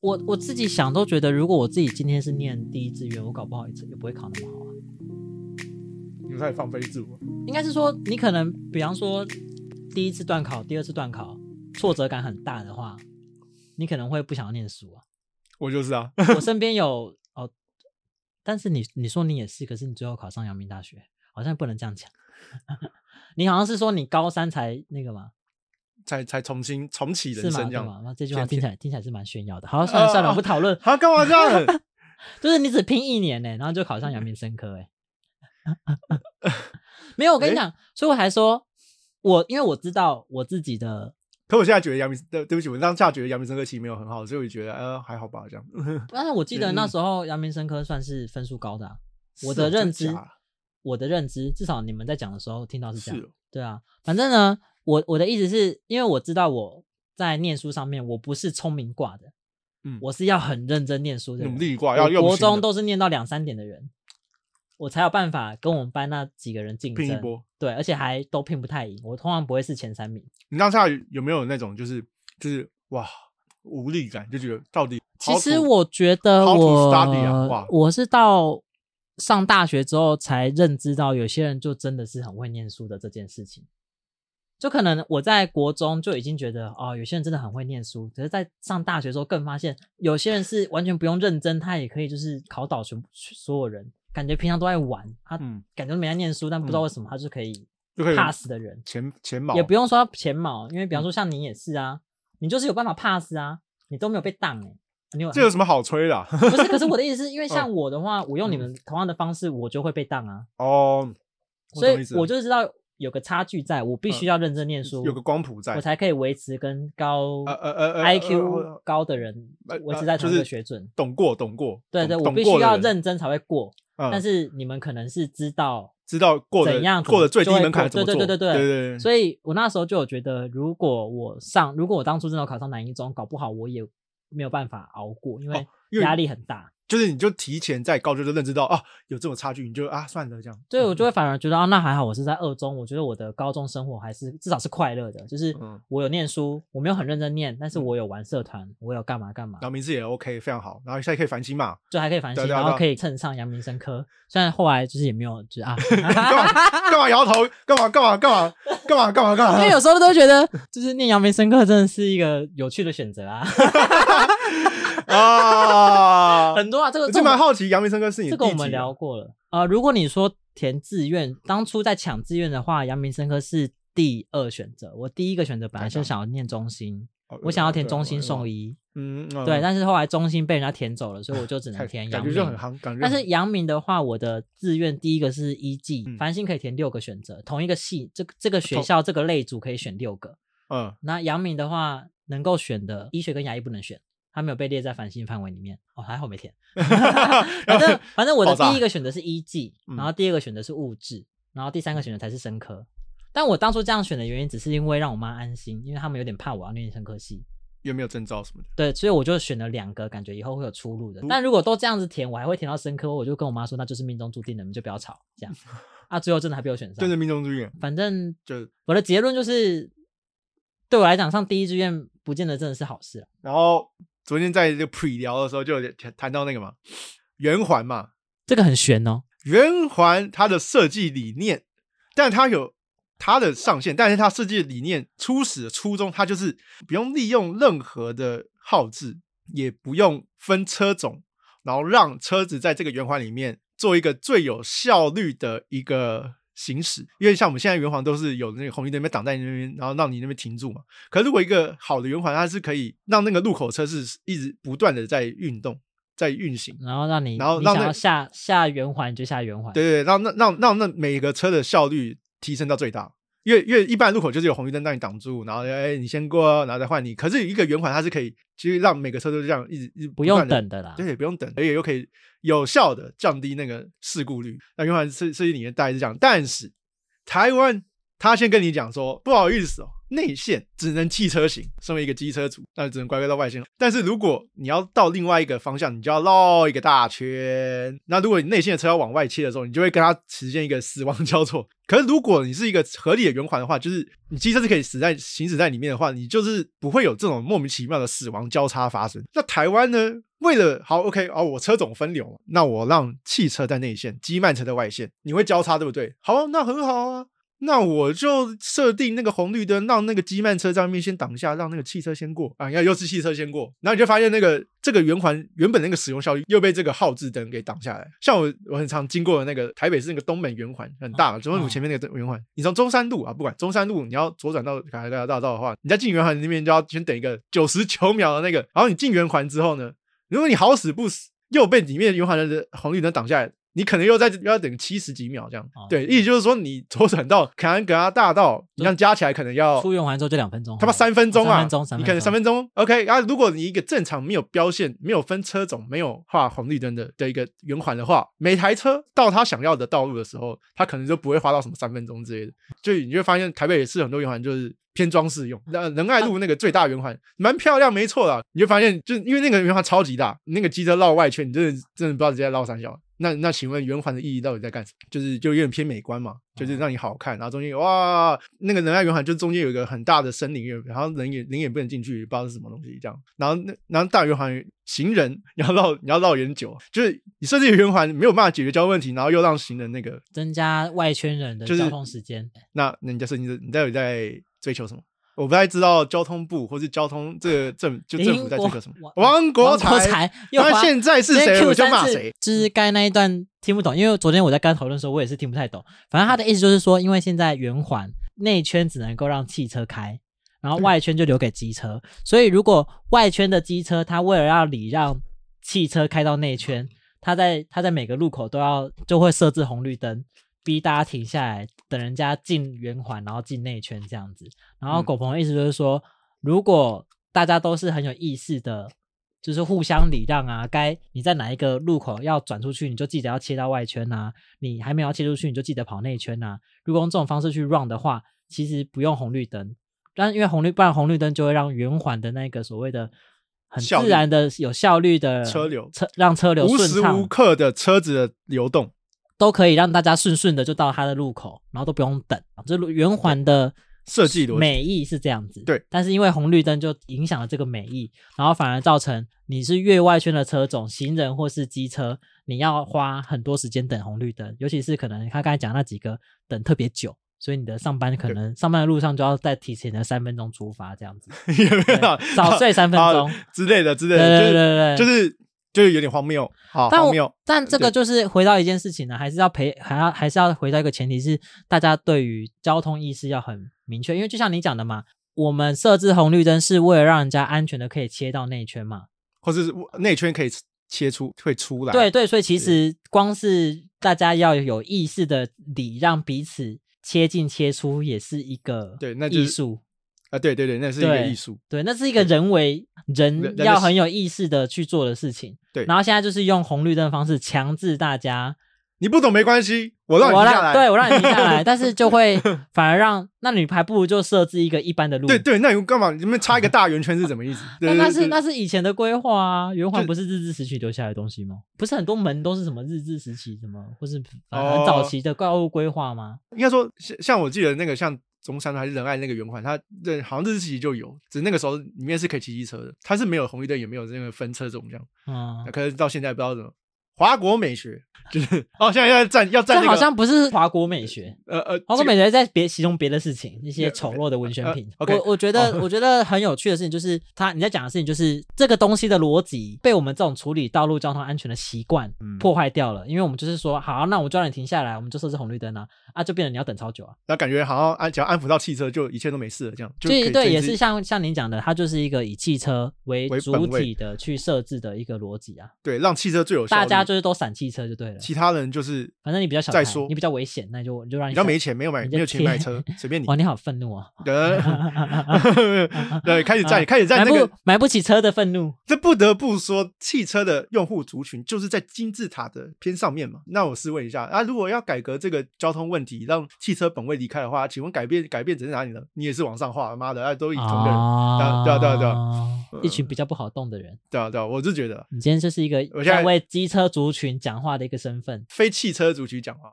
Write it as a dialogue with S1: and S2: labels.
S1: 我我自己想都觉得，如果我自己今天是念第一志愿，我搞不好也也不会考那么好啊。
S2: 你们太放飞自我。
S1: 应该是说，你可能比方说第一次断考、第二次断考，挫折感很大的话，你可能会不想要念书啊。
S2: 我就是啊，
S1: 我身边有哦，但是你你说你也是，可是你最后考上阳明大学，好像不能这样讲。 你好像是说你高三才那个嘛，
S2: 才才重新重启
S1: 是
S2: 人
S1: 吗？
S2: 生这
S1: 对
S2: 样。
S1: 吗？那这句话
S2: 偏
S1: 听起来听起来是蛮炫耀的。好，算了算了，我不 讨论。
S2: 他干嘛 这样？
S1: 就是你只拼一年欸呢、然后就考上阳明生科哎、 没有，我跟你讲，所以我还说，我因为我知道我自己的，
S2: 可我现在觉得阳明，对对不起，我当下觉得阳明生科其实没有很好，所以我就觉得呃还好吧这样。
S1: 但是我记得
S2: 嗯
S1: 那时候阳明生科算是分数高的啊、 我
S2: 是哦
S1: 的认
S2: 真
S1: 知，
S2: 假
S1: 我的认知，至少你们在讲的时候听到是这样，
S2: 是哦
S1: 对啊，反正呢，我我的意思是因为我知道我在念书上面我不是聪明挂的，
S2: 嗯
S1: 我是要很认真念书的人，
S2: 努力挂要
S1: 我
S2: 用
S1: 国
S2: 心
S1: 中
S2: 的
S1: 都是念到两三点的人，我才有办法跟我们班那几个人竞争
S2: 拼一波。
S1: 对，而且还都拼不太赢，我通常不会是前三名。
S2: 你当下有没有那种就是就是哇无力感，就觉得到底
S1: 其
S2: how to-
S1: 实我觉得
S2: how to
S1: 我
S2: study 啊哇
S1: 我是到上大学之后才认知到，有些人就真的是很会念书的这件事情。就可能我在国中就已经觉得哦，有些人真的很会念书，可是在上大学的时候更发现，有些人是完全不用认真，他也可以就是考倒全部所有人，感觉平常都在玩，他
S2: 嗯
S1: 感觉都没在念书，但不知道为什么他就可以
S2: 就可以嗯
S1: pass 的人，
S2: 前前毛
S1: 也不用说要前毛，因为比方说像你也是啊，你就是有办法 pass 啊，你都没有被当哎、你有
S2: 这有什么好吹的啊？
S1: 不是？可是我的意思是因为像我的话，我
S2: 嗯
S1: 用你们同样的方式，我就会被当啊，
S2: 哦，
S1: 所以
S2: 懂意思了嗯
S1: 我就知道有个差距在，我必须要认真念书，
S2: 有个光谱在
S1: 我，才可以维持跟高
S2: 呃呃呃呃
S1: IQ
S2: 呃
S1: 高的人
S2: 呃呃
S1: 维持在同一
S2: 就
S1: 个
S2: 是
S1: 水准。
S2: 懂过懂过，
S1: 对对，
S2: 懂
S1: 我
S2: 懂
S1: 必
S2: 过
S1: 须
S2: 的
S1: 要
S2: 人
S1: 认真才会过，
S2: 嗯
S1: 但是你们可能是知道
S2: 知道过的
S1: 怎样
S2: 过的最低
S1: 就会
S2: 门槛
S1: 过
S2: 怎么
S1: 对对
S2: 做，
S1: 对
S2: 对
S1: 对
S2: 对，
S1: 所以我那时候就有觉得，如果我上，如果我当初真的考上南一中，搞不好我也没有办法熬过，因为
S2: 哦因为
S1: 压力很大。
S2: 就是你就提前在高中就认知到啊有这种差距，你就啊算了这样。
S1: 对，我就会反而觉得啊，那还好，我是在二中，我觉得我的高中生活还是至少是快乐的，就是
S2: 嗯
S1: 我有念书，我没有很认真念，但是我有玩社团，我有干嘛干嘛
S2: 然，后嗯名字也 OK，非常好，然后现在可以反省嘛？
S1: 就还可以反省，
S2: 对啊对啊
S1: 然后可以蹭上阳明生科。虽然后来就是也没有，就是 啊，
S2: 干嘛干嘛摇头？干嘛干嘛干 嘛干嘛干嘛干
S1: 因为
S2: 嘛？
S1: 有时候都觉得，就是念阳明生科真的是一个有趣的选择啊，
S2: 啊！
S1: 很多啊，这个
S2: 我
S1: 这
S2: 就
S1: 种
S2: 蛮好奇，阳明生哥是你
S1: 这
S2: 的
S1: 个
S2: 第
S1: 我
S2: 几
S1: 们聊
S2: 啊？
S1: 过了啊、呃如果你说填志愿，当初在抢志愿的话，阳明生科是第二选择。我第一个选择本来
S2: 啊
S1: 是想要念中心，
S2: 哦
S1: 我想要填中心
S2: 有
S1: 送
S2: 有
S1: 医，
S2: 嗯，嗯
S1: 对，但是后来中心被人家填走了，所以我就只能
S2: 看
S1: 填阳
S2: 感觉就很
S1: 明。
S2: 夯，感觉就
S1: 但是
S2: 很
S1: 阳明的话，我的志愿第一个是医技，
S2: 嗯
S1: 繁星可以填六个选择，同一个系，这个这个学
S2: 同
S1: 校这个类组可以选六个。
S2: 嗯
S1: 那阳明的话，能够选的医学跟牙医不能选，他没有被列在繁星范围里面。哦，还好没填。 反正反正我的
S2: 爆炸
S1: 第一个选择是医技，
S2: 嗯
S1: 然后第二个选择是物质，然后第三个选择才是生科。但我当初这样选的原因，只是因为让我妈安心，因为他们有点怕我要念生科系，
S2: 有没有征兆什么的？
S1: 对，所以我就选了两个，感觉以后会有出路
S2: 嗯
S1: 的。但如果都这样子填，我还会填到生科，我就跟我妈说，那就是命中注定的，你们就不要吵，这 样。啊，最后真的还被我选上
S2: 对，着命中注定，
S1: 反正
S2: 就
S1: 我的结论就是，对我来讲，上第一志愿不见得真的是好事啊。
S2: 然后昨天在这个 pre 聊的时候就有谈谈到那个嘛，圆环嘛，
S1: 这个很悬哦，
S2: 圆环它的设计理念，但它有它的上限，但是它设计的理念初始的初衷，它就是不用利用任何的耗制，也不用分车种，然后让车子在这个圆环里面做一个最有效率的一个行驶。因为像我们现在圆环都是有那个红绿灯那边挡在你那边，然后让你那边停住嘛。可如果一个好的圆环，它是可以让那个路口车是一直不断的在运动，在运行。
S1: 然后让你，
S2: 然后
S1: 你
S2: 让
S1: 想
S2: 那
S1: 要下下圆环你就下圆环，
S2: 对对，对让那让让那每个车的效率提升到最大。因为因为一般路口就是有红绿灯让你挡住，然后哎你先过，然后再换你。可是一个圆环它是可以，其实让每个车都这样一直一直
S1: 不用
S2: 断地
S1: 等的啦。
S2: 对，不用等，而且又可以有效的降低那个事故率。那原本设设计理念大概是这样，但是台湾他先跟你讲说，不好意思哦，内线只能汽车型，身为一个机车族，那就只能乖乖到外线。但是如果你要到另外一个方向，你就要绕一个大圈。那如果你内线的车要往外切的时候，你就会跟它实现一个死亡交错。可是如果你是一个合理的圆环的话，就是你机车是可以死在行驶在里面的话，你就是不会有这种莫名其妙的死亡交叉发生。那台湾呢？为了好 OK 哦，我车总分流嘛，那我让汽车在内线，机慢车在外线，你会交叉对不对？好，那很好啊。那我就设定那个红绿灯，让那个机慢车在外面先挡一下，让那个汽车先过啊，你看又是汽车先过，然后你就发现那个这个圆环原本那个使用效率又被这个号志灯给挡下来。像我我很常经过的那个台北市那个东门圆环很大嘛，中山路前面那个圆环，你从中山路啊，不管中山路你要左转到凯达大道的话，你在进圆环那边就要先等一个九十九秒的那个，然后你进圆环之后呢，如果你好死不死又被里面圆环的红绿灯挡下来，你可能又在又要等七十几秒这样。
S1: 哦
S2: 对，意思就是说你左 转到凯恩格拉大道，你看加起来可能要
S1: 出圆环之后就两分钟，
S2: 他妈三分钟
S1: 三
S2: 啊！
S1: 分钟，三
S2: 你可能三分钟。OK 啊，如果你一个正常没有标线、没有分车种、没有画红绿灯的的一个圆环的话，每台车到他想要的道路的时候，他可能就不会花到什么三分钟之类的。就你就会发现台北也是很多圆环就是偏装饰用，那仁爱路那个最大圆环蛮漂亮，没错啦。你就发现，就因为那个圆环超级大，你那个机车绕外圈，你真的真的不知道直接绕三小。那那请问圆环的意义到底在干什么？就是就有点偏美观嘛，就是让你好看，然后中间有哇，那个仁爱圆环就中间有一个很大的森林园，然后人也人也不能进去，也不知道是什么东西这样。然后那然后大圆环行人 你要绕你要绕很久，就是你设计的圆环没有办法解决交通问题，然后又让行人那个，
S1: 增加外圈人的
S2: 就是
S1: 交通时间。
S2: 那那你在设计的你到底在追求什么？我不太知道交通部或是交通这个政就政府在追求什么
S1: 英。国
S2: 王国
S1: 才，国
S2: 才，
S1: 才又
S2: 那
S1: 花
S2: 现在是
S1: 今天
S2: 谁
S1: Q
S2: 我就
S1: 三
S2: 骂
S1: 次
S2: 谁。
S1: 就是该那一段听不懂，因为昨天我在跟他讨论的时候，我也是听不太懂。反正他的意思就是说，因为现在圆环内圈只能够让汽车开，然后外圈就留给机车，所以如果外圈的机车，它为了要礼让汽车开到内圈，它在它在每个路口都要就会设置红绿灯。逼大家停下来，等人家进圆环，然后进内圈这样子。然后
S2: 嗯
S1: 狗鹏的意思就是说，如果大家都是很有意识的，就是互相礼让啊，该你在哪一个路口要转出去，你就记得要切到外圈啊，你还没有要切出去，你就记得跑内圈啊。如果用这种方式去 run 的话，其实不用红绿灯，但因为红绿，不然红绿灯就会让圆环的那个所谓的很
S2: 效率
S1: 自然的有效率的
S2: 车流
S1: 车让车流
S2: 无
S1: 顺
S2: 时无
S1: 畅，
S2: 刻的车子的流动，
S1: 都可以让大家顺顺的就到它的路口，然后都不用等。这路圆环的
S2: 设计逻辑
S1: 美意是这样子，
S2: 对。
S1: 但是因为红绿灯就影响了这个美意，然后反而造成你是越外圈的车种，行人或是机车，你要花很多时间等红绿灯，尤其是可能他刚才讲那几个等特别久。所以你的上班可能上班的路上就要再提前的三分钟出发，这样 子
S2: 有没有
S1: 对少睡三分钟
S2: 啊 之类的之类
S1: 对。对对
S2: 的，
S1: 对对，
S2: 就是就是就是有点荒谬，好
S1: 但
S2: 荒谬
S1: 我。但这个就是回到一件事情啊呢，还是要培，还要还是要回到一个前提是，大家对于交通意识要很明确，因为就像你讲的嘛，我们设置红绿灯是为了让人家安全的可以切到内圈嘛，
S2: 或者是内圈可以切出会出来。
S1: 对对，所以其实光是大家要有意识的礼让彼此切进切出，也是一个
S2: 对那就是
S1: 艺术。
S2: 啊，对对对，那是一个
S1: 对
S2: 艺术。
S1: 对，那是一个人为人
S2: 人的
S1: 要很有意识的去做的事情。
S2: 对
S1: 然后现在就是用红绿灯的方式强制大家
S2: 你不懂没关系，我让你
S1: 我
S2: 停下来。
S1: 对我让你停下来，但是就会反而让那你还不如就设置一个一般的路。
S2: 对对，那你干嘛？你们插 一个大圆圈是怎么意思？对
S1: 但那是
S2: 对对
S1: 那是以前的规划啊，圆环
S2: 就
S1: 不是日治时期留下来的东西吗？不是很多门都是什么日治时期什么，或是反正
S2: 哦
S1: 很早期的高物规划吗？
S2: 应该说，像像我记得那个像中山还是仁爱那个圆环，它对好像日期就有，只是那个时候里面是可以骑机车的，它是没有红绿灯，也没有那个分车种这样。
S1: 嗯，
S2: 可是到现在不知道怎么。华国美学就是哦，现在要站要站
S1: 这
S2: 那个
S1: 好像不是华国美学。
S2: 呃呃，
S1: 华国
S2: 这个
S1: 美学在别形容别的事情，一些
S2: 呃
S1: 丑陋的文宣品。
S2: 呃，OK，
S1: 我我觉得、我觉得很有趣的事情就是，他你在讲的事情就是这个东西的逻辑被我们这种处理道路交通安全的习惯
S2: 嗯
S1: 破坏掉了，因为我们就是说，好，啊那我就让你停下来，我们就设置红绿灯啊，啊，就变成你要等超久啊。
S2: 然后感觉好像安只要安抚到汽车，就一切都没事了，这样
S1: 所
S2: 就可
S1: 以
S2: 以
S1: 对，
S2: 正
S1: 也
S2: 式
S1: 是像像您讲的，它就是一个以汽车为
S2: 为
S1: 主
S2: 本位
S1: 体的去设置的一个逻辑啊，
S2: 对让汽车最有效率
S1: 大家就是都闪汽车就对了。
S2: 其他人就是
S1: 反正你比较小
S2: 再
S1: 台
S2: 说，
S1: 你比较危险，那就就让
S2: 比
S1: 你
S2: 较
S1: 闪
S2: 没钱，没有买
S1: 你就
S2: 没有钱
S1: 贴
S2: 买车，随便你。
S1: 哇，你好愤怒啊！
S2: 呃对， 开始站，开始站
S1: 买
S2: 那个
S1: 啊不，买不起车的愤怒，
S2: 这不得不说，汽车的用户族群就是在金字塔的偏上面嘛。那我试问一下啊，如果要改革这个交通问问题，让汽车本位离开的话，请问改变改变只是哪里呢？你也是往上画，妈的，啊都一同个人，
S1: 啊
S2: 对啊对啊对啊
S1: 哦一群比较不好动的人。
S2: 对啊对啊，我就觉得
S1: 嗯你今天就是一个
S2: 我现在
S1: 在为机车族群讲话的一个身份，
S2: 非汽车族群讲话，